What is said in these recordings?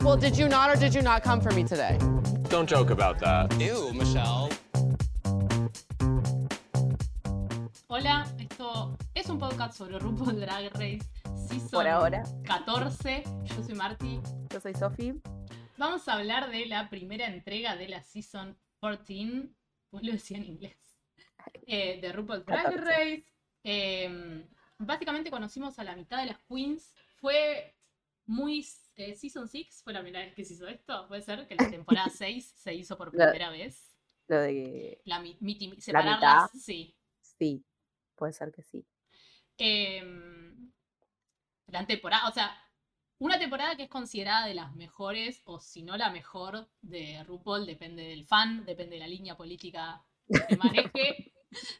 Well, did you not or did you not come for me today? Don't joke about that. Ew, Michelle. Hola, esto es un podcast sobre RuPaul Drag Race Season Por ahora. 14. Yo soy Marti. Yo soy Sofi. Vamos a hablar de la primera entrega de la Season 14. Pues lo decía en inglés. eh, de RuPaul Drag 14. Race. Eh, básicamente conocimos a la mitad de las queens. Fue muy. eh, season 6 fue la primera vez que se hizo esto. Puede ser que la temporada 6 se hizo por La- primera vez. Lo de. La, mi- miti- separarlas, sí. Sí. Puede ser que sí. em, la temporada, o sea, una temporada que es considerada de las mejores, o si no la mejor, de RuPaul, depende del fan, depende de la línea política que maneje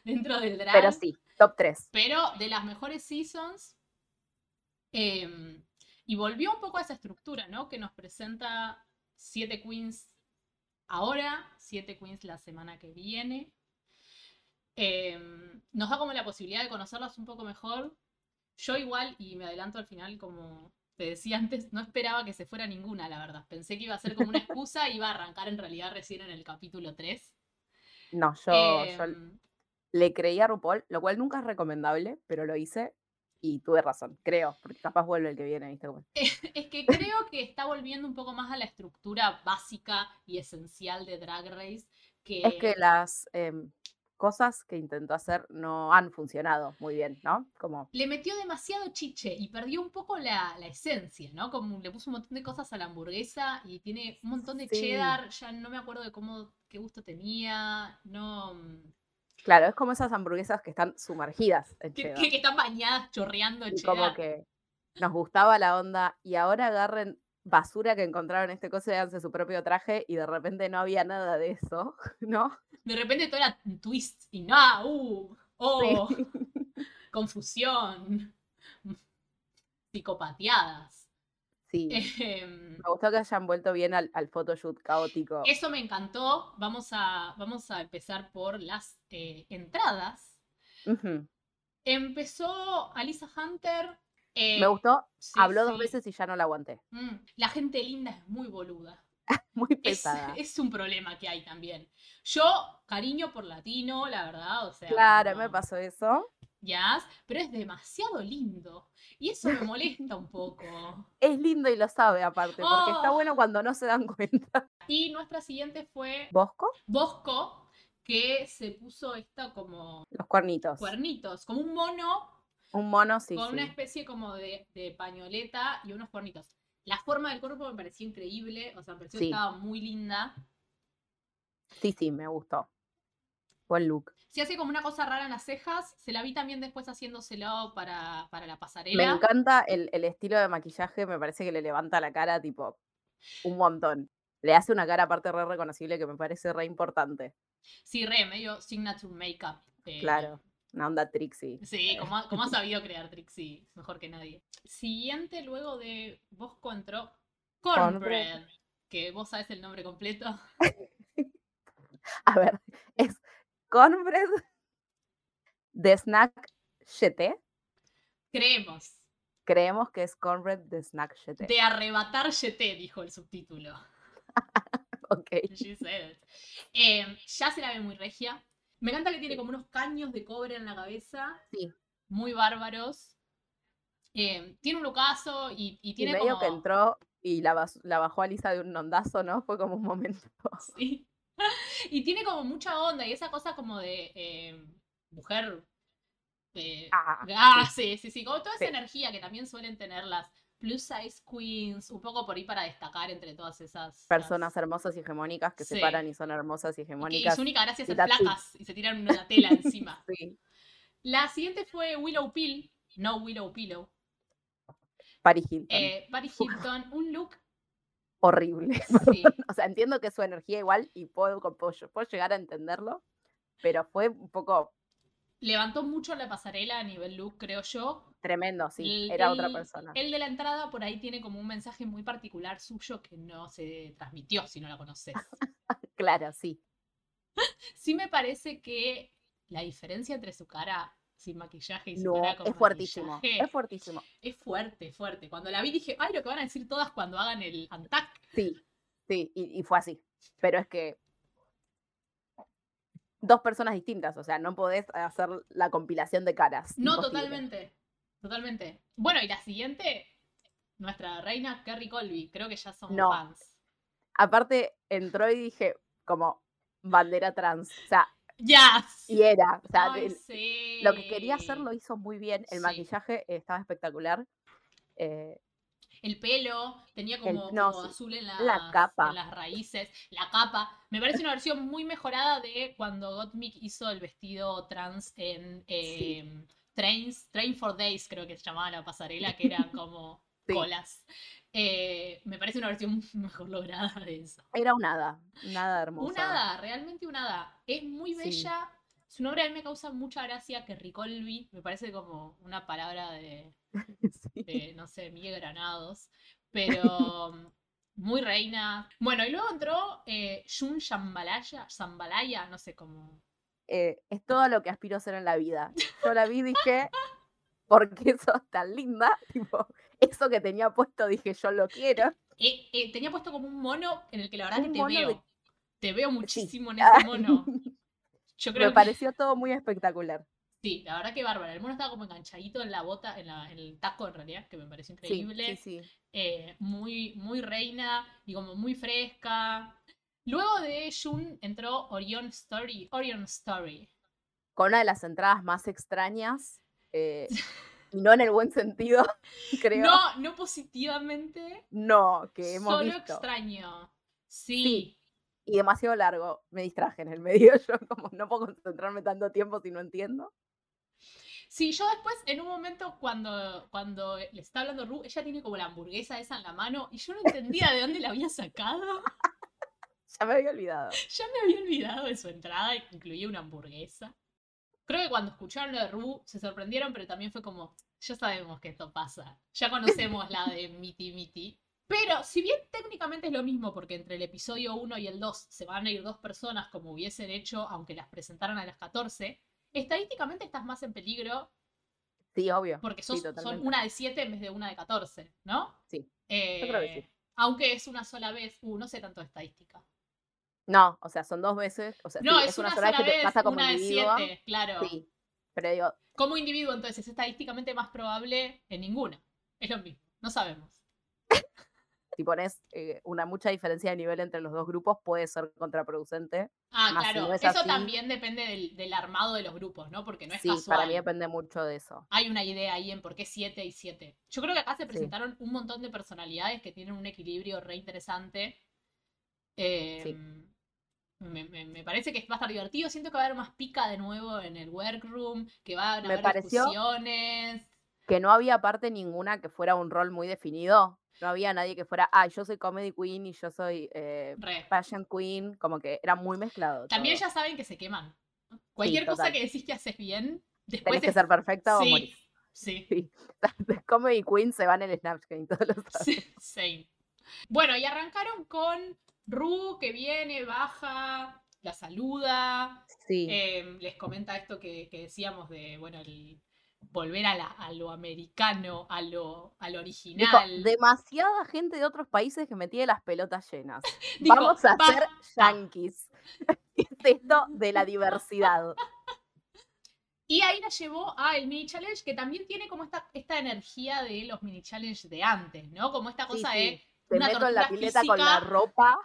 dentro del drag, Pero sí. Top 3. pero de las mejores seasons. em, y volvió un poco a esa estructura, ¿no? Que nos presenta siete queens ahora, siete queens la semana que viene. Em, nos da como la posibilidad de conocerlas un poco mejor. Yo igual, y me adelanto al final, como te decía antes, no esperaba que se fuera ninguna, la verdad. Pensé que iba a ser como una excusa y iba a arrancar en realidad recién en el capítulo Em, 3. No, yo, yo le creí a RuPaul, lo cual nunca es recomendable, pero lo hice y tuve razón, creo, porque capaz vuelve el que viene, ¿viste? Como- Es que creo que está volviendo un poco más a la estructura básica y esencial de Drag Race, que, Es que las em, cosas que intentó hacer no han funcionado muy bien, ¿no? Como le metió demasiado chiche y perdió un poco la, la esencia, ¿no? Como le puso un montón de cosas a la hamburguesa y tiene un montón de Sí. cheddar, ya no me acuerdo de cómo, qué gusto tenía, no... mm, Claro, es como esas hamburguesas que están sumergidas en Que, cheddar. que- que están bañadas chorreando y como cheddar. que nos gustaba la onda y ahora agarren basura que encontraron en este coso y háganse su propio traje y de repente no había nada de eso, ¿no? De repente todo era un twist y no, uh, oh, Sí. confusión, psicopateadas. Sí. Em, Me gustó que hayan vuelto bien al, al photoshoot caótico. Eso me encantó. Vamos a, vamos a empezar por las eh, entradas. Ujú. Empezó Alisa Hunter. eh, Me gustó, sí, habló dos sí. veces y ya no la aguanté. Mm, La gente linda es muy boluda. Muy Es, pesada. es un problema que hay también. Yo, cariño por latino, la verdad, o sea. claro, me como- pasó eso. Yes, pero es demasiado lindo. Y eso me molesta un poco. Es lindo y lo sabe aparte, porque está Oh. bueno cuando no se dan cuenta. Y nuestra siguiente fue ¿Bosco? Bosco, que se puso esta como Los cuernitos. cuernitos, como un mono Un mono, sí, con una sí. especie como de, de pañoleta y unos cuernitos. La forma del cuerpo me pareció increíble, o sea, me pareció que Sí. estaba muy linda. Sí, sí, me gustó. Buen look. Se hace como una cosa rara en las cejas, se la vi también después haciéndoselo para, para la Me pasarela. encanta el, el estilo de maquillaje, me parece que le levanta la cara, tipo, un montón. Le hace una cara aparte re reconocible que me parece re importante. Sí, re, medio signature makeup. eh, Claro. Eh. Una onda Trixie. Sí, como ha, como ha sabido crear Trixie, mejor que nadie. Siguiente, luego de Bosco entró Cornbread. Cornbread, que vos sabés el nombre completo. A ver, es cornbread de snack jeté. Creemos. Creemos que es cornbread de snack jeté. De arrebatar Yeté, dijo el subtítulo. Ok. She said it. Eh, ya se la ve muy regia. Me encanta que tiene como unos caños de cobre en la cabeza. Sí. Muy bárbaros. Eh, tiene un lucaso y, y Y tiene medio como... que entró y la, bas- la bajó a Lisa de un ondazo, ¿no? Fue como un momento. Sí. Y tiene como mucha onda y esa cosa como de eh, mujer. eh, Ah, ah, sí, sí, sí. Como toda esa Sí. energía que también suelen tener las plus size queens. Un poco por ahí para destacar entre todas esas. Personas las- hermosas y hegemónicas que Sí. se paran y son hermosas que- y Y hegemónicas. su única gracia es y ser la tela. flacas y se tiran una tela encima. Sí. La siguiente fue Willow Pill, no Willow Pillow. Ah, Paris Hilton. Eh, Paris Hilton, un look. Horrible. Sí, O sea, entiendo que su energía igual y puedo, con- puedo, puedo llegar a entenderlo, pero fue un poco levantó mucho la pasarela a nivel look, creo yo. tremendo, sí. El- Era otra el- persona. El de la entrada por ahí tiene como un mensaje muy particular suyo que no se transmitió si no la conoces. Claro, sí. Sí me parece que la diferencia entre su cara sin maquillaje y su No, cara con es fuertísimo. maquillaje. Es fuertísimo. Es fuerte, fuerte. Cuando la vi dije, ay, lo que van a decir todas cuando hagan el Antac. Sí, sí, y, y fue así. Pero es que dos personas distintas, o sea, no podés hacer la compilación de caras. No, imposible. totalmente. Totalmente. Bueno, y la siguiente, nuestra reina Kerry Colby. Creo que ya somos No. fans. Aparte, entró y dije, como bandera trans, o sea, ¡Yes! y era, o sea, Ay, el- lo que sí. quería hacer lo hizo muy bien, el Sí. maquillaje estaba espectacular. eh, El pelo tenía como, no, como sí. azul en las, La capa. en las raíces, la capa. Me parece una versión muy mejorada de cuando Gottmik hizo el vestido trans en Sí. em, Trains, Train for Days, creo que se llamaba la pasarela, que eran como Sí. colas. Eh, me parece una versión mejor lograda de eso. era un hada, un hada hermosa. Un hada, realmente un hada. Es muy Sí. bella. Su nombre a mí me causa mucha gracia, que Ricolvi, me parece como una palabra de, Sí. de, no sé, Miguel Granados, pero mm, muy reina. Bueno, y luego entró eh, Jun Jambalaya, Jambalaya, no sé cómo. eh, es todo lo que aspiro a ser en la vida. Yo la vi y dije, ¿por qué sos tan linda? Tipo, eso que tenía puesto, dije, yo lo quiero. Eh, eh, tenía puesto como un mono en el que la verdad que Un te mono de- veo. Te veo muchísimo en ese mono. Yo creo Me que pareció todo muy espectacular. sí, la verdad que bárbara. El mono estaba como enganchadito en la bota, en, la- en el taco en realidad, que me pareció Sí, increíble. sí, sí. eh, muy, muy reina y como muy fresca. Luego de Jun entró Orion Story. Orion Story. Con una de las entradas más extrañas, eh, y no en el buen sentido, creo. No, No, no positivamente. que hemos Solo visto. extraño. Sí. Sí. Y demasiado largo, me distraje en el medio. Yo como no puedo concentrarme tanto tiempo si no entiendo. Sí, yo después, en un momento, cuando, cuando le está hablando Ru, ella tiene como la hamburguesa esa en la mano y yo no entendía de dónde la había sacado. Ya me había olvidado. Ya me había olvidado de su entrada, incluía una hamburguesa. Creo que cuando escucharon lo de Ru se sorprendieron, pero también fue como, ya sabemos que esto pasa. Ya conocemos la de Miti Miti. Pero si bien técnicamente es lo mismo, porque entre el episodio 1 y el 2 se van a ir dos personas como hubiesen hecho, aunque las presentaran a las 14, estadísticamente estás más en peligro Sí, obvio. porque Sí, sos- son totalmente. una de 7 en vez de una de 14, ¿no? Sí, Eh, creo que sí. Aunque es una sola vez, uh, no sé tanto de estadística. No, o sea, son dos veces. O sea, No, sí, es, una, sola sola que te vez, pasa como una de individuo. siete, claro. Sí, pero digo, Como individuo, entonces, es estadísticamente más probable en ninguna. Es lo mismo, no sabemos. si pones eh, una mucha diferencia de nivel entre los dos grupos, puede ser contraproducente. Ah, Más si claro, no es eso así- también depende del, del armado de los grupos, ¿no? Porque no es sí, casual. para mí depende mucho de eso. Hay una idea ahí en por qué 7 y 7. Yo creo que acá se Sí. presentaron un montón de personalidades que tienen un equilibrio re interesante. Eh, Sí. me, me- me parece que va a estar divertido. Siento que va a haber más pica de nuevo en el workroom, que van a Me haber pareció- discusiones. Que no había parte ninguna que fuera un rol muy definido. No había nadie que fuera, ah, yo soy comedy queen y yo soy eh, Re. passion queen. Como que era muy mezclado. También todo. ya saben que se queman. Cualquier cosa total. que decís que haces bien, después Tenés que es- ser perfecta o morir. Sí, sí, comedy queen se va en el Snapchat Game todos los días. sí, same. Bueno, y arrancaron con Ru, que viene, baja, la saluda, Sí, eh, les comenta esto que, que decíamos de, bueno, el volver a, la, a lo americano, a lo, al Dijo, original. demasiada gente de otros países que me tiene las pelotas llenas. Dijo, Vamos a "Basta". ser yanquis. Esto de la diversidad. Y ahí la llevó a el mini challenge, que también tiene como esta, esta energía de los mini challenge de antes, ¿no? Como esta Sí, cosa sí. de Te Una meto en la tortura pileta con la física. ropa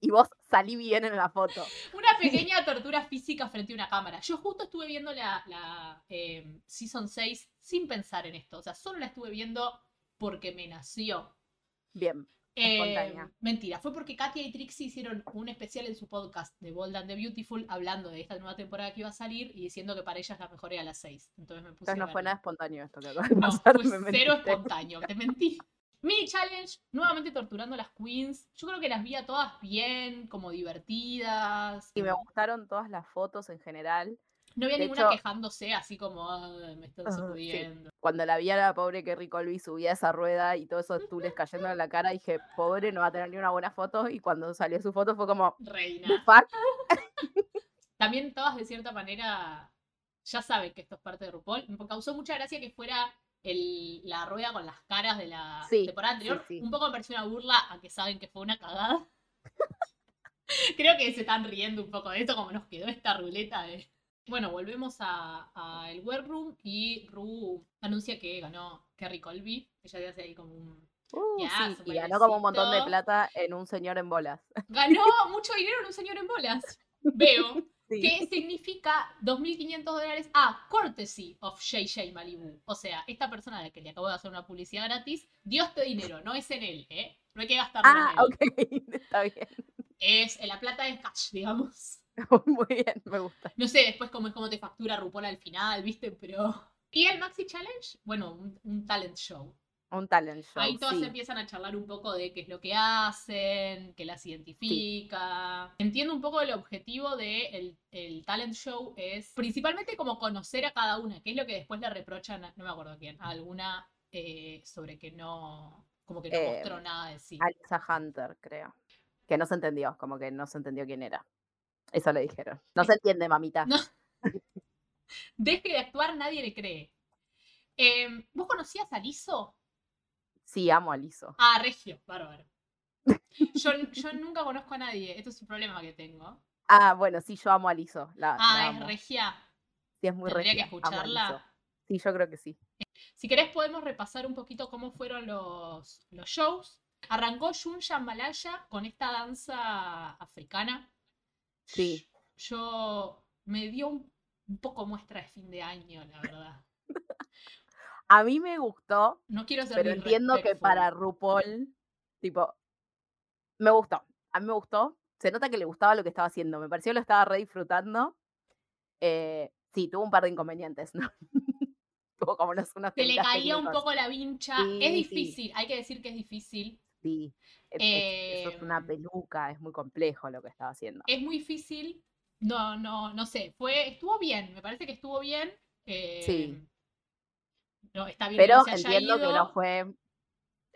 y vos salí bien en la foto. Una pequeña tortura física frente a una cámara. Yo justo estuve viendo la, la, eh, Season 6 sin pensar en esto. O sea, solo la estuve viendo porque me nació. Bien. Eh, Espontánea. mentira, fue porque Katia y Trixie hicieron un especial en su podcast de Bold and the Beautiful hablando de esta nueva temporada que iba a salir y diciendo que para ellas la mejor era a las 6. Entonces me puse Entonces a no fue verla. nada espontáneo esto que acaba de No, pasar, fue me cero mentiste. espontáneo, te mentí. Mini challenge, nuevamente torturando a las queens. Yo creo que las vi a todas bien, como divertidas. Y me como- gustaron todas las fotos en general. No había De ninguna hecho- quejándose así como "Ay, me están Ajá, sí. sacudiendo. Cuando la vi a la pobre que Rico Luis subía esa rueda y todos esos tules cayendo en la cara, dije, pobre, no va a tener ni una buena foto. Y cuando salió su foto fue como, "The Reina. fuck?". También todas de cierta manera ya saben que esto es parte de RuPaul. Me causó mucha gracia que fuera el- la rueda con las caras de la Sí, temporada anterior. sí, sí. Un poco me pareció una burla a que saben que fue una cagada. Creo que se están riendo un poco de esto, como nos quedó esta ruleta de. Bueno, volvemos a, a el workroom y Ru anuncia que ganó Kerry Colby. Ella te hace ahí como un. Uh, Ya, sí, su y ganó como un montón de bailecito. plata en un señor en bolas. Ganó mucho dinero en un señor en bolas. Veo. Sí. ¿Qué significa 2.500 dólares a courtesy of JJ Malibu? O sea, esta persona a la que le acabo de hacer una publicidad gratis dio este dinero, no es en él, ¿eh? No hay que gastarlo Ah, en él. ok, está bien. Es eh, la plata en cash, digamos. Muy bien, me gusta. No sé después cómo es cómo te factura RuPaul al final, ¿viste? Pero... ¿Y el Maxi Challenge? Bueno, un, un talent show. Un talent show. Ahí todas sí. empiezan a charlar un poco de qué es lo que hacen, qué las identifica. Entiendo un poco el objetivo de el, el talent show es principalmente como conocer a cada una, que es lo que después le reprochan, a- no me acuerdo a quién, a alguna eh, sobre que no, como que no Eh, mostró nada de sí. Alexa Hunter, creo. Que no se entendió, como que no se entendió quién era. Eso le dijeron. No se entiende, mamita. No. Deje de actuar, nadie le cree. Em, ¿Vos conocías a Liso? Sí, amo a Liso. Ah, Regio, bárbaro. Yo, yo nunca conozco a nadie, esto es un problema que tengo. Ah, bueno, sí, yo amo a Liso. La, la Ah, es amo. Regia. Sí, es muy Tendría que regia, amo a Lizzo. escucharla. Sí, yo creo que sí. Si querés podemos repasar un poquito cómo fueron los, los shows. Arrancó Junya Malaya con esta danza africana. Sí. Yo me dio un, un poco muestra de fin de año, la verdad. A mí me gustó, No quiero ser pero entiendo que disrespectful. para RuPaul, tipo, me gustó. A mí me gustó. Se nota que le gustaba lo que estaba haciendo. Me pareció que lo estaba re disfrutando. Eh, sí, tuvo un par de inconvenientes, ¿no? tuvo como unos, unos Se le temitas caía un técnicos. poco la vincha. Sí, es sí. difícil, hay que decir que es difícil. Sí, es, es- eso es una Em, peluca, es muy complejo lo que estaba haciendo. Es muy difícil. No, no, no sé. Fue, estuvo bien, me parece que estuvo bien. Em, No, está bien que Pero no se haya entiendo que ido. no fue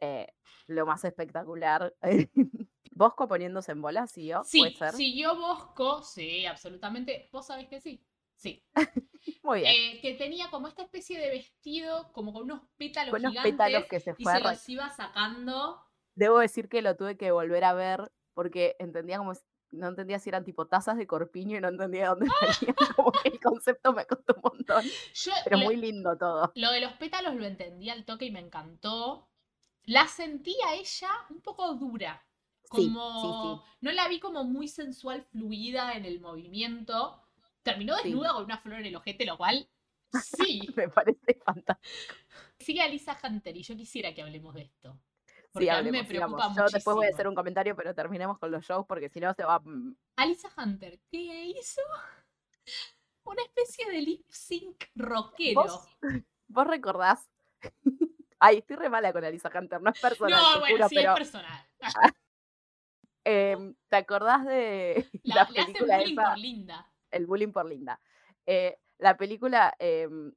eh, lo más espectacular. Bosco poniéndose en bola, sí, Sí, puede ser. siguió Bosco, sí, absolutamente. Vos sabés que sí. Sí. Muy bien. Eh, que tenía como esta especie de vestido, como con unos pétalos Con unos gigantes. pétalos que se y fue. se arran- los iba sacando. Debo decir que lo tuve que volver a ver porque entendía como s- no entendía si eran tipo tazas de corpiño y no entendía de dónde salían. como que el concepto me costó un montón. Yo Pero lo, muy lindo todo. lo de los pétalos lo entendí al toque y me encantó. La sentía ella un poco dura. Sí, sí, Como. No la vi como muy sensual, fluida en el movimiento. Terminó Sí. desnuda con una flor en el ojete, lo cual. Sí. sí. Me parece fantástico. Sigue a Lisa Hunter y yo quisiera que hablemos de esto. Sí, Porque a mí me hablemos, sigamos. preocupa Yo después voy a muchísimo. hacer un comentario, pero terminemos con los shows porque si no se va mm, Alisa Hunter, ¿qué hizo? Una especie de lip sync rockero. ¿Vos? ¿Vos recordás? Ay, estoy re mala con Alisa Hunter, no es personal, no, te bueno, juro, sí pero es personal. em, ¿te acordás de La, la, le hacen película bullying esa, por linda. El bullying por Linda? Eh, la película em,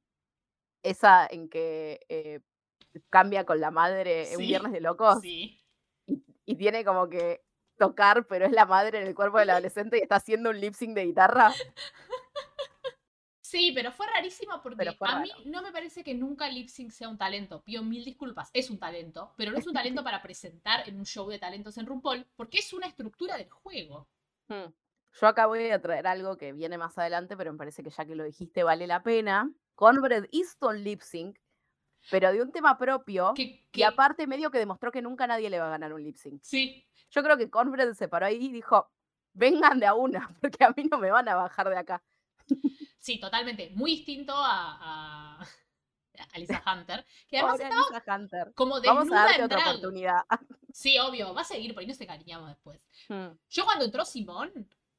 esa en que eh, cambia con la madre en un Sí, Viernes de Locos Sí. y tiene como que tocar, pero es la madre en el cuerpo del adolescente y está haciendo un lip sync de guitarra. Sí, pero fue rarísimo porque Pero fue a mí no me parece que nunca lip sync sea un talento. Pido mil disculpas, es un talento, pero no es un talento para presentar en un show de talentos en RuPaul porque es una estructura del juego. Hmm. Yo acá voy a traer algo que viene más adelante, pero me parece que ya que lo dijiste vale la pena. Conrad Easton lip sync, pero de un tema propio. Que, Y que- aparte medio que demostró que nunca nadie le va a ganar un lip sync. sí, Yo creo que Conrad se paró ahí y dijo, vengan de a una, porque a mí no me van a bajar de acá. Sí, totalmente. Muy distinto a, a, a Lisa Hunter. Que además Pobre está Anissa Hunter. como desnuda Vamos a darte en otra drag. oportunidad. Sí, obvio, va a seguir, por ahí nos encariñamos después. Mm, Yo cuando entró Simón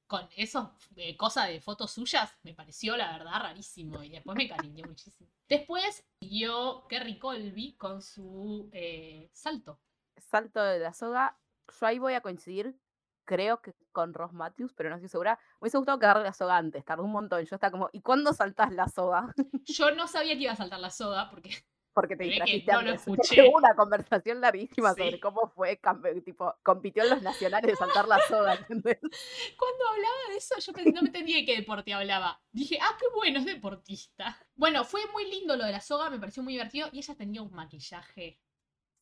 con esas cosas de fotos suyas, me pareció la verdad rarísimo y después me encariñé muchísimo. Después siguió Kerry Colby con su eh, salto. Salto de la soga. Yo ahí voy a coincidir, creo que con Ross Matthews, pero no estoy segura. Me hubiese gustado quedar la soga antes, tardó un montón. Yo estaba como, ¿y cuándo saltás la soga? Yo no sabía que iba a saltar la soga porque porque te Se ve que distrajiste no lo antes. escuché. Hubo una conversación larguísima Sí. sobre cómo fue, campe- tipo, compitió en los nacionales de saltar la soga, ¿entendés? Cuando hablaba de eso, yo pensé- no me entendía de qué deporte hablaba. Dije, ah, qué bueno, es deportista. Bueno, fue muy lindo lo de la soga, me pareció muy divertido. Y ella tenía un maquillaje.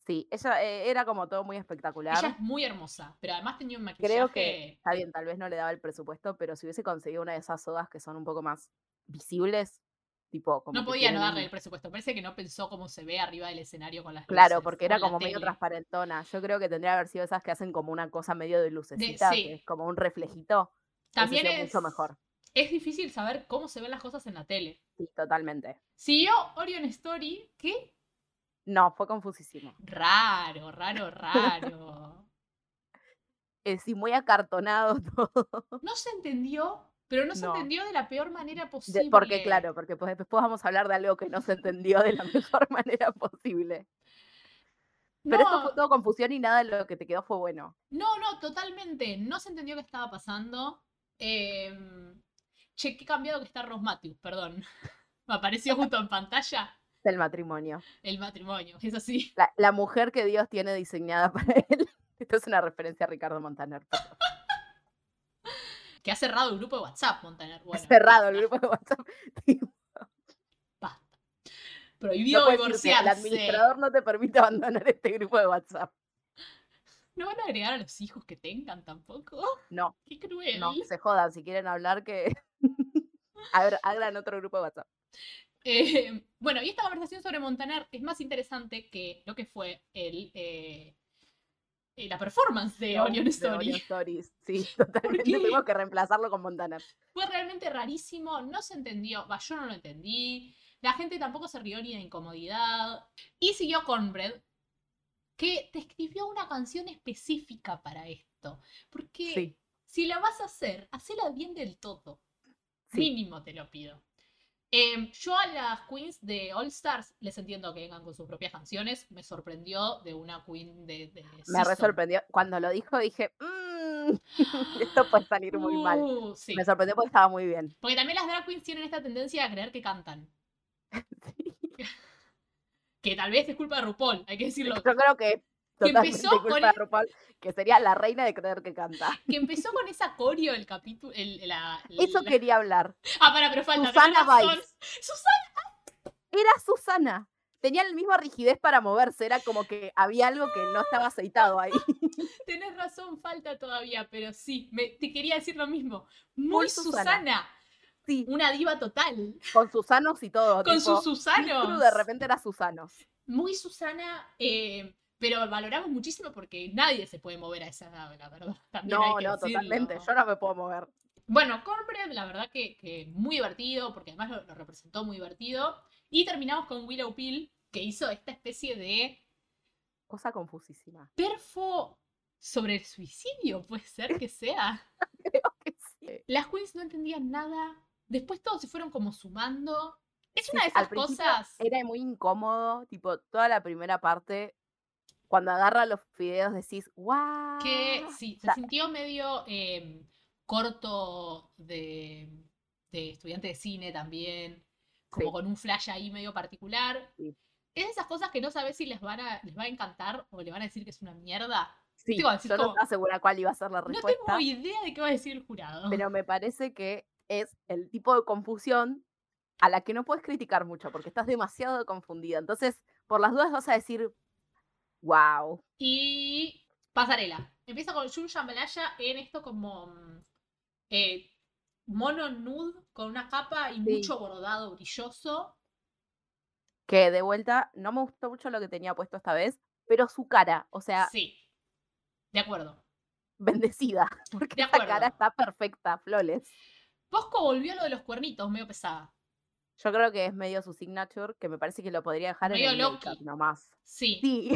Sí, ella eh, era como todo muy espectacular. Ella es muy hermosa, pero además tenía un maquillaje. Creo que está bien, tal vez no le daba el presupuesto, pero si hubiese conseguido una de esas sogas que son un poco más visibles, tipo como No que podía no darle el tienen- presupuesto. Parece que no pensó cómo se ve arriba del escenario con las Claro, luces porque o era en la como medio tele. transparentona. Yo creo que tendría que haber sido esas que hacen como una cosa medio de lucecita, sí. que es como un reflejito. hubiese También sido es, mucho mejor. es difícil saber cómo se ven las cosas en la tele. Sí, totalmente. Siguió Orion Story, que No, fue confusísimo. raro, raro, raro. Es Eh, sí, muy acartonado todo. No se entendió, pero no se No. entendió de la peor manera De- posible. porque, claro, porque pues, después vamos a hablar de algo que no se entendió de la mejor manera posible. Pero esto No. fue todo confusión y nada de lo que te quedó fue bueno. No, no, totalmente. No se entendió qué estaba pasando. Em, che, qué cambiado que está Ross Matthews, perdón. Me apareció justo en pantalla Del matrimonio. el matrimonio, es así. La, la mujer que Dios tiene diseñada para él. Esto es una referencia a Ricardo Montaner. pero Que ha cerrado el grupo de WhatsApp, Montaner. Bueno, Cerrado el grupo de WhatsApp. Tipo, Basta. no Prohibido puedes irte, el divorciarse. administrador no te permite abandonar este grupo de WhatsApp. No van a agregar a los hijos que tengan tampoco. No, Qué cruel. no, se jodan. Si quieren hablar, que. A ver, hagan otro grupo de WhatsApp. Eh, bueno, y esta conversación sobre Montaner es más interesante que lo que fue el, eh, eh, la performance de No, Orion de Story. Orion Stories, Sí, totalmente. qué? Tuvimos que reemplazarlo con Montaner. Fue realmente rarísimo, no se entendió, va, yo no lo entendí. La gente tampoco se rió ni de incomodidad. Y siguió Conrad, que te escribió una canción específica para esto. Porque Sí. si la vas a hacer, hacela bien del todo. Sí. Mínimo te lo pido. Em, yo a las queens de All Stars les entiendo que vengan con sus propias canciones. Me sorprendió de una queen de. de Me Season. re sorprendió. Cuando lo dijo, dije, "Mm, esto puede salir muy mal. Uh, sí. Me sorprendió porque estaba muy bien. Porque también las drag queens tienen esta tendencia a creer que cantan. que tal vez es culpa de RuPaul, hay que decirlo. Yo creo que Que totalmente empezó con culpa de el- RuPaul, que sería la reina de creer que canta. Que empezó con esa coreo el capítulo. El, la, Eso la- quería hablar. Ah, para, pero falta. tenés Susana razón. Biles. Susana. Era Susana. Tenía la misma rigidez para moverse, era como que había algo que no estaba aceitado ahí. Tenés razón, falta todavía, pero sí. me- te quería decir lo mismo. Full Muy Susana. Susana. Sí, Una diva total. con Susanos y todo. Con tipo, sus Susanos. Cruz de repente era Susanos. Muy Susana. eh, pero valoramos muchísimo porque nadie se puede mover a esa edad, la verdad. También hay No, que no, decirlo. totalmente. Yo no me puedo mover. Bueno, Cornbread, la verdad que, que muy divertido, porque además lo, lo representó muy divertido. Y terminamos con Willow Peel, que hizo esta especie de Cosa confusísima. perfo sobre el suicidio, puede ser que sea. Creo que sí. Las queens no entendían nada, después todos se fueron como sumando. Es una de al esas principio cosas. Era muy incómodo, tipo, toda la primera parte, cuando agarra los videos decís, ¡guau! que sí, se sea- sintió medio eh, corto de, de estudiante de cine también, como Sí. con un flash ahí medio particular. Sí. Es de esas cosas que no sabes si les, van a, les va a encantar o le van a decir que es una mierda. Sí, te iba a decir yo no como- estaba segura cuál iba a ser la No respuesta. tengo idea de qué va a decir el jurado. pero me parece que es el tipo de confusión a la que no puedes criticar mucho porque estás demasiado confundida. Entonces, por las dudas vas a decir, wow, Y pasarela. Empieza con Julia Malaya en esto como mm, eh, mono nude con una capa y Sí. mucho bordado brilloso. que de vuelta no me gustó mucho lo que tenía puesto esta vez, pero su cara, o sea, Sí. De acuerdo. bendecida, porque De esa cara acuerdo. está perfecta, flores. Posco volvió a lo de los cuernitos, medio pesada. Yo creo que es medio su signature, que me parece que lo podría dejar Medio en el make-up Loki. nomás. Sí. Sí,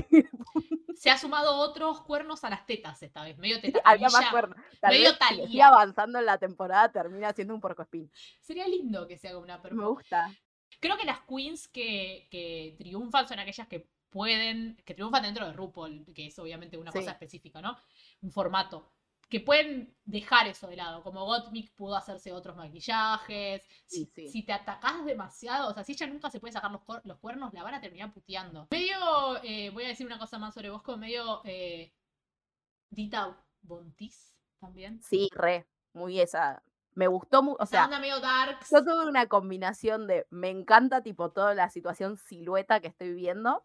Se ha sumado otros cuernos a las tetas esta vez. Medio teta había más canilla. cuernos. Tal Medio vez si le sigue Thalía. avanzando en la temporada termina siendo un porco espín. Sería lindo que se haga una Me performance. gusta. Creo que las queens que, que triunfan son aquellas que pueden, que triunfan dentro de RuPaul, que es obviamente una Sí. cosa específica, ¿no? Un formato. que pueden dejar eso de lado, como Gottmik pudo hacerse otros maquillajes, si, Sí, sí. si te atacás demasiado, o sea, si ella nunca se puede sacar los, cor- los cuernos, la van a terminar puteando. Medio, eh, voy a decir una cosa más sobre Bosco, medio eh, Dita Bontis también. Sí, re, muy esa. Me gustó mucho, o Esa sea, onda medio dark. yo tuve una combinación de me encanta tipo toda la situación silueta que estoy viendo,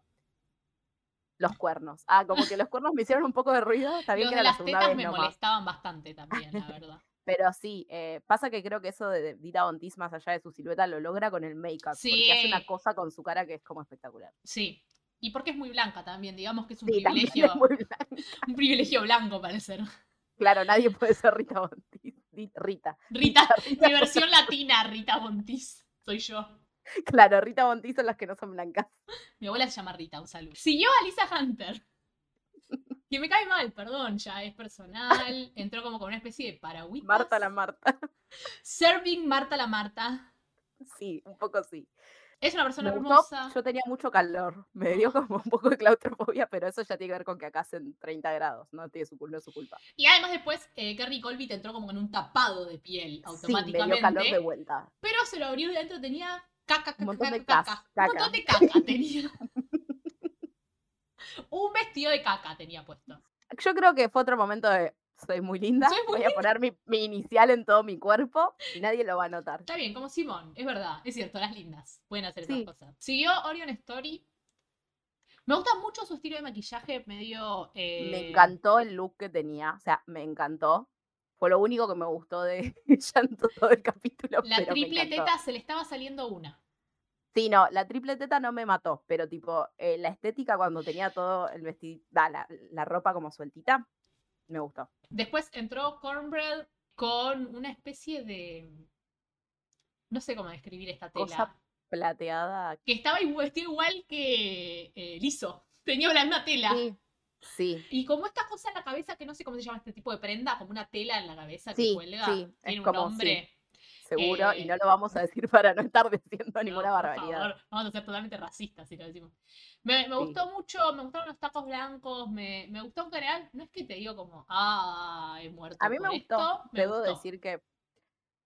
los cuernos. Ah, como que los cuernos me hicieron un poco de ruido, está bien Los que de era la las segunda tetas vez me nomás. molestaban bastante también, la verdad. Pero sí, eh, pasa que creo que eso de Dita Bontis, más allá de su silueta, lo logra con el make-up. Porque hace Sí. una cosa con su cara que es como espectacular. Sí. Y porque es muy blanca también, digamos que es un Sí, también privilegio, es muy blanca. un privilegio blanco parecer. Claro, nadie puede ser Rita Bontis. Di- Rita. Rita, mi versión latina, Rita Bontis, soy yo. Claro, Rita Bontis son las que no son blancas. Mi abuela se llama Rita, un saludo. Siguió a Lisa Hunter. Que me cae mal, perdón, ya es personal. Entró como con una especie de paragüitas. Marta la Marta. Serving Marta la Marta. Sí, un poco sí. Es una persona Me gustó, hermosa. yo tenía mucho calor. Me dio como un poco de claustrofobia, pero eso ya tiene que ver con que acá hacen 30 grados. No tiene su, cul- no es su culpa. Y además después, eh, Kerry Colby te entró como con un tapado de piel Sí, me dio calor automáticamente. de vuelta. pero se lo abrió y dentro tenía caca, caca, Un montón caca, de caca. cas- Un montón de caca tenía. un vestido de caca tenía puesto. Yo creo que fue otro momento de soy muy linda, Soy muy voy a poner mi, mi inicial en todo mi cuerpo y nadie lo va a notar. Está bien, como Simón, es verdad, es cierto, las lindas pueden hacer esas Sí. cosas. Siguió Orion Story. Me gusta mucho su estilo de maquillaje medio. eh, Me encantó el look que tenía, o sea, me encantó. Fue lo único que me gustó de ella en todo el capítulo. La pero me triple encantó. teta se le estaba saliendo una. Sí, no, la triple teta no me mató, pero tipo, eh, la estética cuando tenía todo el vestido, la, la ropa como sueltita, me gustó. Después entró Cornbread con una especie de. No sé cómo describir esta tela. Cosa- Plateada. Que estaba igu- vestido igual que eh, Liso. Tenía la misma tela. Sí, sí. Y como esta cosa en la cabeza, que no sé cómo se llama este tipo de prenda, como una tela en la cabeza que Sí, cuelga, sí, es tiene un como, sí, nombre. Seguro, Eh, y no lo vamos a decir para no estar diciendo No, ninguna por barbaridad. favor, vamos a ser totalmente racistas si lo decimos. Me, me Sí. gustó mucho, me gustaron los tacos blancos, me, me gustó en general. No es que te digo como, ah, he muerto. A mí por me gustó, esto", me Debo gustó. decir que,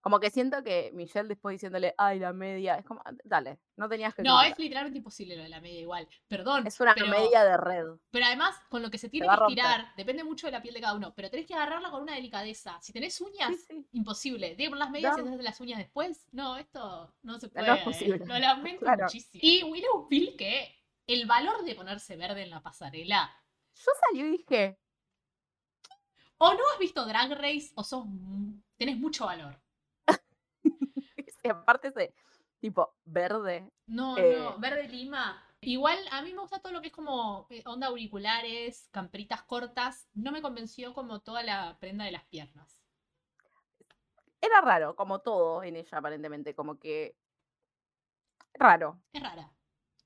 como que siento que Michelle después diciéndole, ay, la media, es como, dale, no tenías que. No, es criticar". literalmente imposible lo de la media igual. Perdón. Es una pero, media de red. pero además, con lo que se tiene va a que romper. estirar, depende mucho de la piel de cada uno. Pero tenés que agarrarla con una delicadeza. Si tenés uñas, Sí, sí. imposible. Tiene que poner las medias No. y hacer las uñas después. No, esto no se No, puede. no es posible. Lo lamento Claro. muchísimo. Y Willow Bill que el valor de ponerse verde en la pasarela. Yo salí y dije, O no has visto Drag Race o sos mu- tenés mucho valor. y aparte ese tipo verde, No, Eh. no, verde lima. Igual a mí me gusta todo lo que es como eh, onda auriculares, camperitas cortas. No me convenció como toda la prenda de las piernas. era raro, como todo en ella aparentemente, como que raro. Es rara.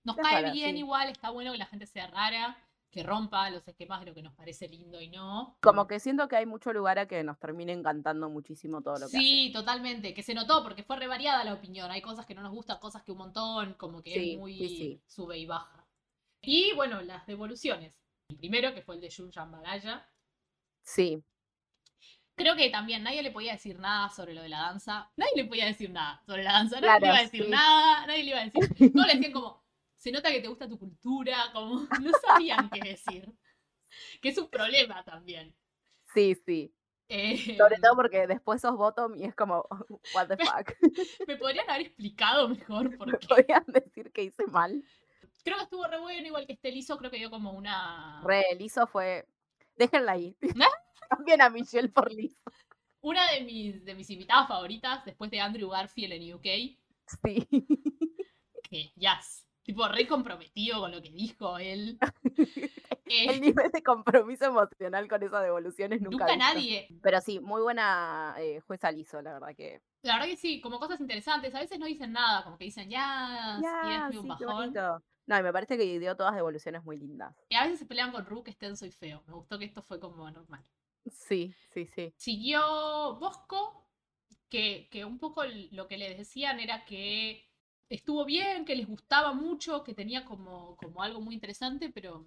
Nos Es cae rara, bien sí. igual, está bueno que la gente sea rara, que rompa los esquemas de lo que nos parece lindo y no. Como que siento que hay mucho lugar a que nos termine encantando muchísimo todo lo que hace. Sí, totalmente, que se notó porque fue re variada la opinión. Hay cosas que no nos gustan, cosas que un montón, como que Sí, es muy sí, sí. sube y baja. Y bueno, las devoluciones. El primero, que fue el de Junjan Bagaya. Sí, Creo que también nadie le podía decir nada sobre lo de la danza. Nadie le podía decir nada sobre la danza. Nadie Claro, le iba a decir sí. nada, nadie le iba a decir. No le decían como, se nota que te gusta tu cultura, como no sabían qué decir. Que es un problema también. sí, sí. Eh, Sobre todo porque después sos bottom y es como, what the fuck. me podrían haber explicado mejor por Me qué. podían decir que hice mal. Creo que estuvo re bueno, igual que este liso, creo que dio como una. Re, Lizo fue. Déjenla ahí. ¿Ah? Cambien a Michelle por Lizo. Una de mis, de mis invitadas favoritas después de Andrew Garfield en UK, que Sí. yes. Tipo, re comprometido con lo que dijo él. Eh, El nivel de compromiso emocional con esas devoluciones nunca. nunca visto. nadie. Pero sí, muy buena eh, jueza Lizo, la verdad que. La verdad que sí, como cosas interesantes. A veces no dicen nada, como que dicen ya, Ya, y es sí, un qué bajón. bonito. No, y me parece que dio todas devoluciones muy lindas. Y a veces se pelean con Rook, extenso y feo. Me gustó que esto fue como normal. Sí, sí, sí. siguió Bosco, que, que un poco l- lo que le decían era que estuvo bien, que les gustaba mucho, que tenía como, como algo muy interesante, pero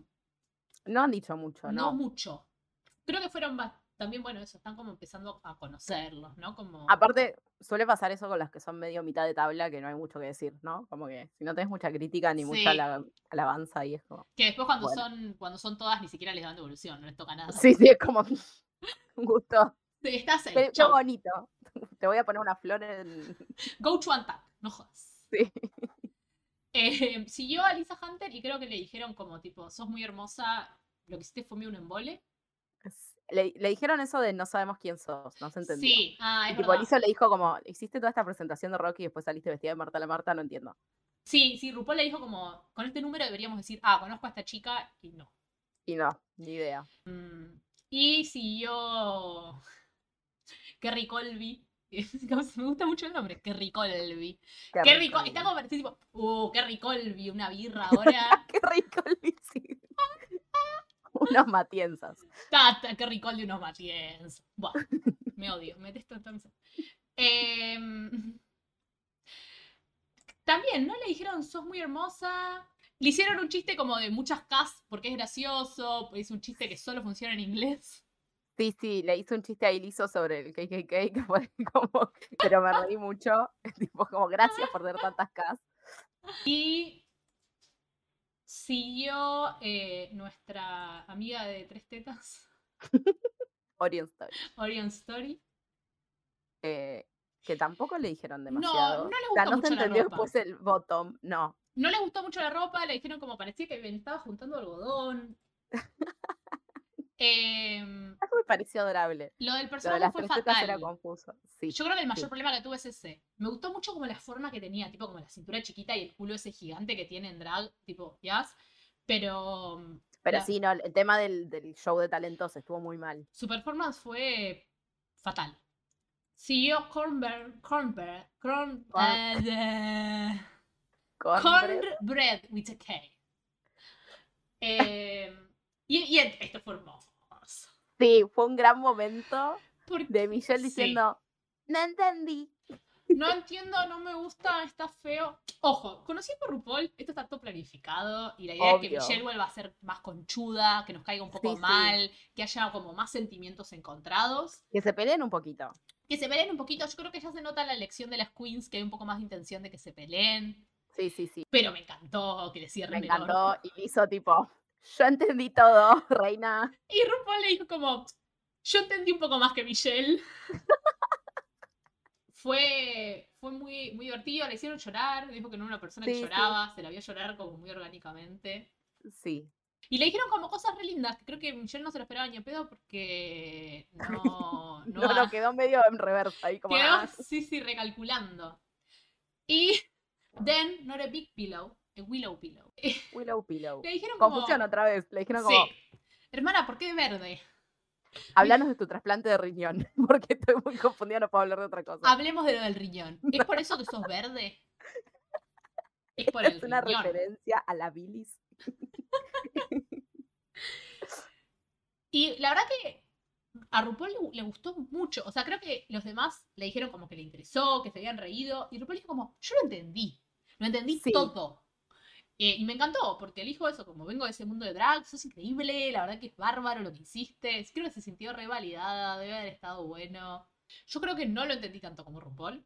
No han dicho mucho, no ¿no? mucho. Creo que fueron ba- también, bueno, eso, están como empezando a conocerlos, ¿no? Como, Aparte, suele pasar eso con las que son medio mitad de tabla, que no hay mucho que decir, ¿no? Como que si no tenés mucha crítica ni mucha Sí. ala- alabanza y es como... que después cuando bueno. son cuando son todas ni siquiera les dan devolución, no les toca nada. Sí, sí, es como un gusto. Estás en Qué, qué chau. bonito. Te voy a poner una flor en... Go to Antac, no jodas. Sí. Eh, siguió a Lisa Hunter y creo que le dijeron como tipo, sos muy hermosa, lo que hiciste fue medio un embole. Le, le dijeron eso de no sabemos quién sos, no se entendió. Sí, ah, Y es tipo, verdad. Lisa le dijo como, hiciste toda esta presentación de Rocky y después saliste vestida de Marta la Marta, no entiendo. Sí, sí, RuPaul le dijo como, con este número deberíamos decir, ah, conozco a esta chica y no. Y no, ni idea. Mm, Y siguió Kerry Colby. Me gusta mucho el nombre, Kerry Colby. Qué, Qué rico, Luis. está como sí, tipo, uh, qué rico Olvi, una birra ahora. Qué rico, Luis. sí. Unos matienzas. Tata, qué rico de unos matiens. Buah, me odio, me detesto entonces. Em, también, ¿no? Le dijeron, sos muy hermosa. Le hicieron un chiste como de muchas cas porque es gracioso, es un chiste que solo funciona en inglés. Sí, sí, le hice un chiste a Iliso sobre el KKK, que fue como, pero me reí mucho. Tipo, como, gracias por tener tantas casas. Y siguió eh, nuestra amiga de tres tetas, Orient Story. Orion Story. eh, que tampoco le dijeron no le demasiado. O sea, gusta no mucho se la entendió ropa. después el bottom. No, No le gustó mucho la ropa, le dijeron como parecía que estaba juntando algodón. Em, algo me pareció adorable. lo del Lo de personaje las fue tres tetas era fatal. confuso. Sí. Yo creo que el mayor sí. problema que tuve es ese. Me gustó mucho como la forma que tenía, tipo como la cintura chiquita y el culo ese gigante que tiene en drag, tipo, ¿yas? Pero mm, Pero la- sí, no, el tema del, del show de talentos estuvo muy mal. su performance fue fatal. Siguió Cornbread, Cornbread, Corn, Corn- eh, Con Cornbread with a K. Eh, y, y esto fue hermoso. Sí, fue un gran momento Porque de Michelle Sí. diciendo, no entendí. no entiendo, no me gusta, está feo. Ojo, conociendo a RuPaul, esto está todo planificado y la idea es que Obvio. Michelle vuelva a ser más conchuda, que nos caiga un poco Sí, sí. mal, que haya como más sentimientos encontrados. Que se peleen un poquito. Que se peleen un poquito, yo creo que ya se nota en la elección de las queens, que hay un poco más de intención de que se peleen. Sí, sí, sí. Pero me encantó que le Me cierren el orto. encantó. Y hizo tipo, yo entendí todo, reina. Y RuPaul le dijo como, yo entendí un poco más que Michelle. fue fue muy, muy divertido, le hicieron llorar, dijo que no era una persona que Sí, sí. lloraba, se la vio llorar como muy orgánicamente. Sí. Y le dijeron como cosas re lindas, que creo que Michelle no se lo esperaba ni a pedo porque no... no, No, ha- no, quedó medio en reversa ahí como. quedó, "Ah". sí, sí, recalculando. Y then, not a big pillow, a willow pillow. Willow Pillow. Le dijeron como... Confusión otra vez. Le dijeron como, Sí. Hermana, ¿por qué de verde? Hablanos de tu trasplante de riñón, porque estoy muy confundida, no puedo hablar de otra cosa. Hablemos de lo del riñón. ¿Es por eso que sos verde? Es por el es una riñón. referencia a la bilis. Y la verdad que a RuPaul le, le gustó mucho. O sea, creo que los demás le dijeron como que le interesó, que se habían reído. Y RuPaul dijo como, yo lo entendí. Lo entendí Sí. todo. Eh, y me encantó, porque él dijo eso, como vengo de ese mundo de drag, sos increíble, la verdad que es bárbaro lo que hiciste. Creo que se sintió revalidada, debe haber estado bueno. Yo creo que no lo entendí tanto como RuPaul.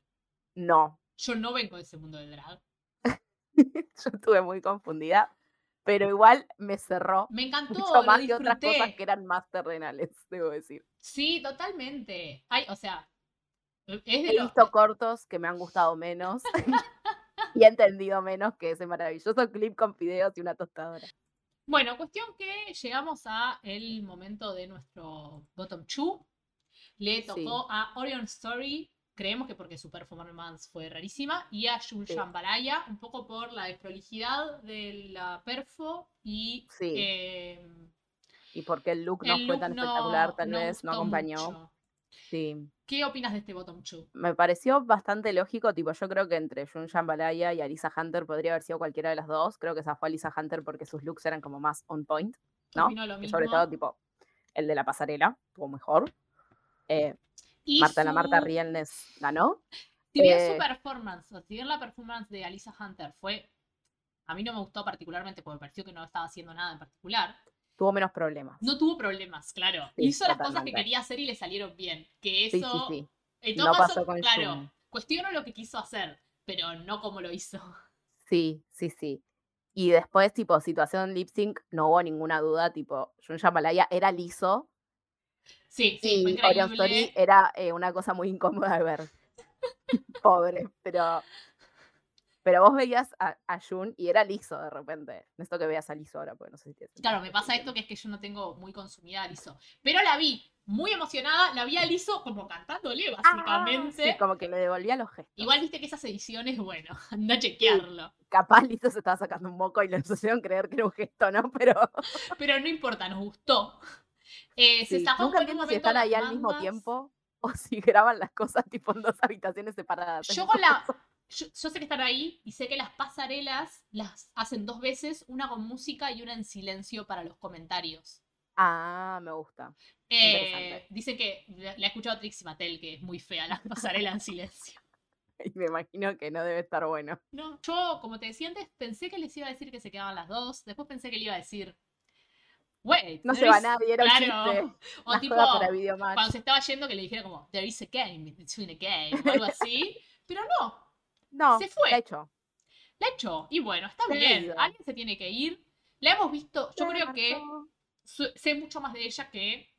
No, Yo no vengo de ese mundo de drag. yo estuve muy confundida, pero igual me cerró Me encantó, mucho lo más que otras cosas disfruté. que eran más terrenales, debo decir. Sí, totalmente. Ay, o sea, e, es de He lo- visto cortos que me han gustado menos y he entendido menos que ese maravilloso clip con fideos y una tostadora. Bueno, cuestión que llegamos a el momento de nuestro bottom two. Le Sí. tocó a Orion Story, creemos que porque su performance fue rarísima, y a Jun Sí. Jambalaya, un poco por la desprolijidad de la perfo y Sí. em, Y porque el look no el fue look tan no- espectacular, tal vez no gustó acompañó. mucho. Sí. ¿Qué opinas de este bottom two? me pareció bastante lógico, tipo, yo creo que entre Jun Jambalaya y Alisa Hunter podría haber sido cualquiera de las dos. Creo que zafó Alisa Hunter porque sus looks eran como más on point, ¿no? Opino lo Que sobre mismo. todo, tipo, el de la pasarela, estuvo mejor. Eh, Y Marta la Marta su- Rielnes ganó. Si bien Eh, su performance, o si bien la performance de Alisa Hunter fue, a mí no me gustó particularmente porque me pareció que no estaba haciendo nada en particular. tuvo menos problemas. No tuvo problemas, claro. Sí, Hizo las cosas que totalmente. quería hacer y le salieron bien. Que Sí, sí, eso. sí. En No todo caso, pasó con claro, Schumer. cuestiono lo que quiso hacer, pero no como lo hizo. Sí, sí, sí. Y después, tipo, situación lip sync, no hubo ninguna duda, tipo, Junya Malaya era liso Sí, sí, fue y Orion increíble. Story era eh, una cosa muy incómoda de ver. Pobre, pero. Pero vos veías a, a Jun y era liso de repente. Necesito que veas a liso ahora, porque no sé si te. Claro, me pasa esto que es que yo no tengo muy consumida a Liso. Pero la vi muy emocionada, la vi a Liso como cantándole, básicamente. Ah, Sí, como que le devolvía los gestos. Igual viste que esas ediciones, bueno, anda a chequearlo. Capaz liso se estaba sacando un moco y le hicieron creer que era un gesto, ¿no? Pero. Pero no importa, nos gustó. Eh, se sí, zafó Nunca un buen entiendo si momento están las ahí al mismo bandas. tiempo o si graban las cosas tipo en dos habitaciones separadas. Yo con la. Yo, yo sé que están ahí y sé que las pasarelas las hacen dos veces, una con música y una en silencio para los comentarios. Ah, me gusta. Interesante. Eh, dice que la la ha escuchado Trixie Mattel, que es muy fea las pasarelas en silencio. Y me imagino que no debe estar bueno. No, yo, como te decía antes, pensé que les iba a decir que se quedaban las dos. Después pensé que le iba a decir. Wait, No se there va is-" nadie, era un claro. chiste. O Una tipo, joda para videomatch. cuando se estaba yendo, que le dijera como, there is a game, between a game, o algo así. Pero no, No, se fue. la echó. la echó. Y bueno, está Se ha bien. ido. Alguien se tiene que ir. La hemos visto, yo creo que Claro. su- sé mucho más de ella que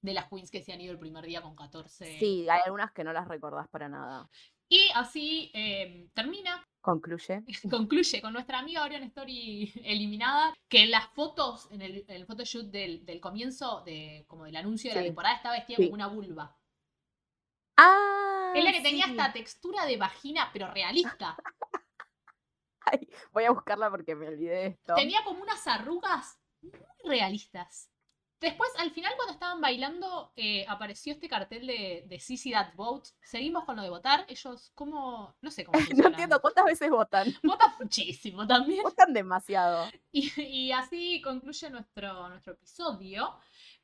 de las queens que se han ido el primer día con 14. Sí, hay algunas que no las recordás para nada. Y así eh, termina, Concluye. concluye con nuestra amiga Orion Story eliminada, que en las fotos, en el, en el photoshoot del, del comienzo, de, como del anuncio de la Sí. temporada, estaba vestida Sí. como una vulva. Ah, es la que tenía sí. esta textura de vagina, pero realista. Voy a buscarla porque me olvidé de esto. Tenía como unas arrugas muy realistas. Después, al final, cuando estaban bailando, eh, apareció este cartel de, de Sissy That Vote. Seguimos con lo de votar. Ellos, ¿cómo? No sé cómo. No funcionan. entiendo cuántas veces votan. Votan muchísimo también. Votan demasiado. Y, y así concluye nuestro, nuestro episodio.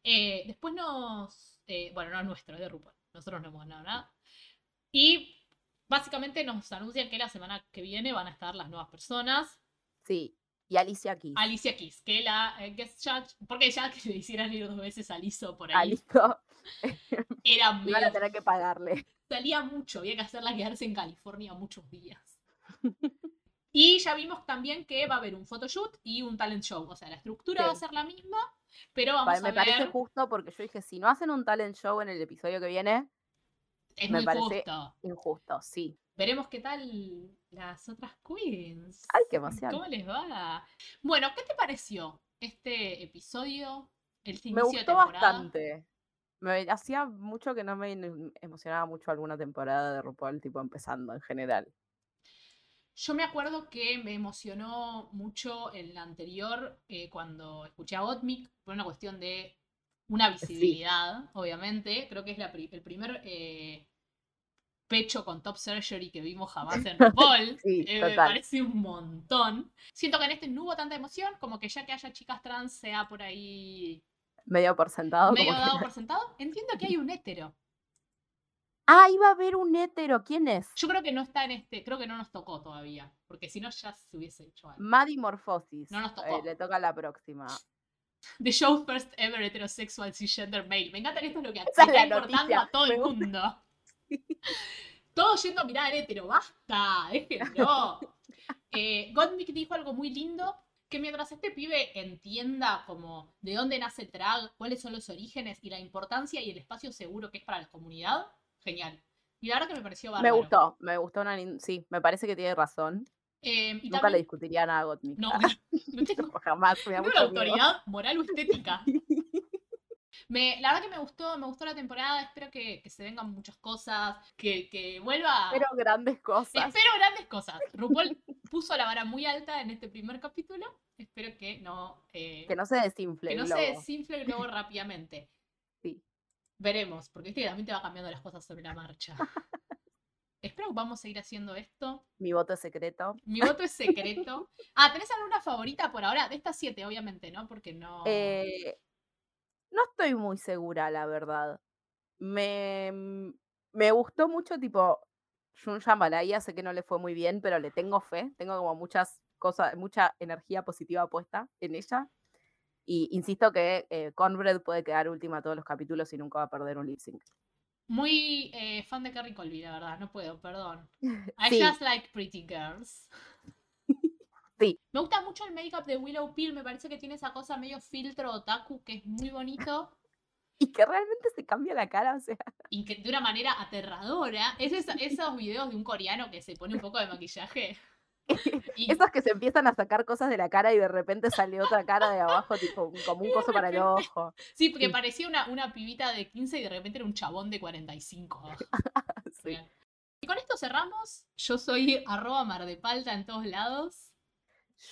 Eh, después nos. eh, bueno, no nuestro, es de RuPaul. Nosotros no hemos ganado nada. Y básicamente nos anuncian que la semana que viene van a estar las nuevas personas. Sí. Y Alicia aquí. Alicia Keys, que la eh, guest judge, porque ya que le hicieran ir dos veces a Liso por ahí, Alicia. era Iban a medio, tener que pagarle. salía mucho, había que hacerla quedarse en California muchos días. Y ya vimos también que va a haber un photoshoot y un talent show, o sea, la estructura va a Sí. ser la misma, pero vamos me a ver, parece justo porque yo dije, si no hacen un talent show en el episodio que viene, es me muy parece- justo. injusto, sí. Veremos qué tal las otras queens. Ay, qué emoción. ¿Cómo les va? Bueno, ¿qué te pareció este episodio? El inicio Me de gustó temporada. bastante. Me, hacía mucho que no me en- emocionaba mucho alguna temporada de RuPaul, tipo empezando en general. Yo me acuerdo que me emocionó mucho en la anterior eh, cuando escuché a Otmik por una cuestión de una Eh, visibilidad, obviamente. Creo que es la pri- el primer eh, pecho con top surgery que vimos jamás en RuPaul. Sí, Eh, me total. parece un montón. Siento que en este no hubo tanta emoción, como que ya que haya chicas trans sea por ahí Medio por sentado. medio como que- dado por sentado. Entiendo que hay un hétero. Ah, iba a haber un hétero. ¿Quién es? Yo creo que no está en este, creo que no nos tocó todavía, porque si no ya se hubiese hecho algo. Maddie Morfosis. No nos Eh, tocó. le toca la próxima. The show first ever heterosexual cisgender male. Me encanta que esto es lo que Esa es está la importando noticia, a todo el me gusta. mundo. Todo yendo a mirar al hétero, basta, déjenlo. Eh, Gottmik dijo algo muy lindo, que mientras este pibe entienda como de dónde nace el drag, cuáles son los orígenes y la importancia y el espacio seguro que es para la comunidad, genial. Y la verdad que me pareció Me bárbaro. gustó, me gustó. Una, nin- sí, me parece que tiene razón. Eh, y Nunca le también, discutiría nada a Gottmik. no, Ah, no tengo Jamás. Me da Tengo mucho una miedo. autoridad moral o estética. Me, la verdad que me gustó, me gustó la temporada, espero que, que se vengan muchas cosas, que, que vuelva. Pero grandes cosas. Espero grandes cosas. RuPaul puso la vara muy alta en este primer capítulo. Espero que no, eh, Que no se desinfle. que no el se globo. desinfle el globo rápidamente. Sí. Veremos, porque viste que también te va cambiando las cosas sobre la marcha. espero que vamos a seguir haciendo esto. Mi voto es secreto. Mi voto es secreto. Ah, ¿tenés alguna favorita por ahora? De estas siete, obviamente, ¿no? Porque no. Eh, no estoy muy segura, la verdad. Me, mm, me gustó mucho, tipo, Junya Malaya, sé que no le fue muy bien, pero le tengo fe, tengo como muchas cosas, mucha energía positiva puesta en ella. Y insisto que eh, Conrad puede quedar última todos los capítulos y nunca va a perder un lip sync. Muy eh, fan de Carrie Colby, la verdad, no puedo, perdón. I Sí. just like pretty girls. Sí. Me gusta mucho el make-up de Willow Peel, me parece que tiene esa cosa medio filtro otaku que es muy bonito Y que realmente se cambia la cara, o sea, y que de una manera aterradora. Es esa- esos videos de un coreano que se pone un poco de maquillaje. Y esos que se empiezan a sacar cosas de la cara y de repente sale otra cara de abajo, tipo un- como un coso para el repente- ojo. Sí, porque Sí. parecía una, una pibita de 15 y de repente era un chabón de 45. Sí. Bien. Y con esto cerramos. Yo soy arroba mar de palta en todos lados.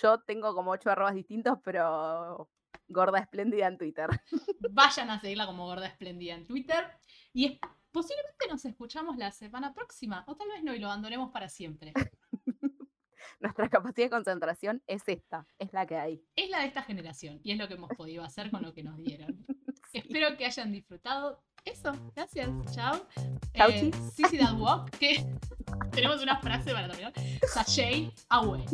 Yo tengo como ocho arrobas distintos, pero gorda espléndida en Twitter. Vayan a seguirla como gorda espléndida en Twitter. Y es- posiblemente nos escuchamos la semana próxima. O tal vez no y lo abandonemos para siempre. Nuestra capacidad de concentración es esta, es la que hay. Es la de esta generación y es lo que hemos podido hacer con lo que nos dieron. Sí. Espero que hayan disfrutado. Eso, gracias. Chao. Chau, Eh, chis. Sissy That Walk, que tenemos una frase para terminar. Sashay away.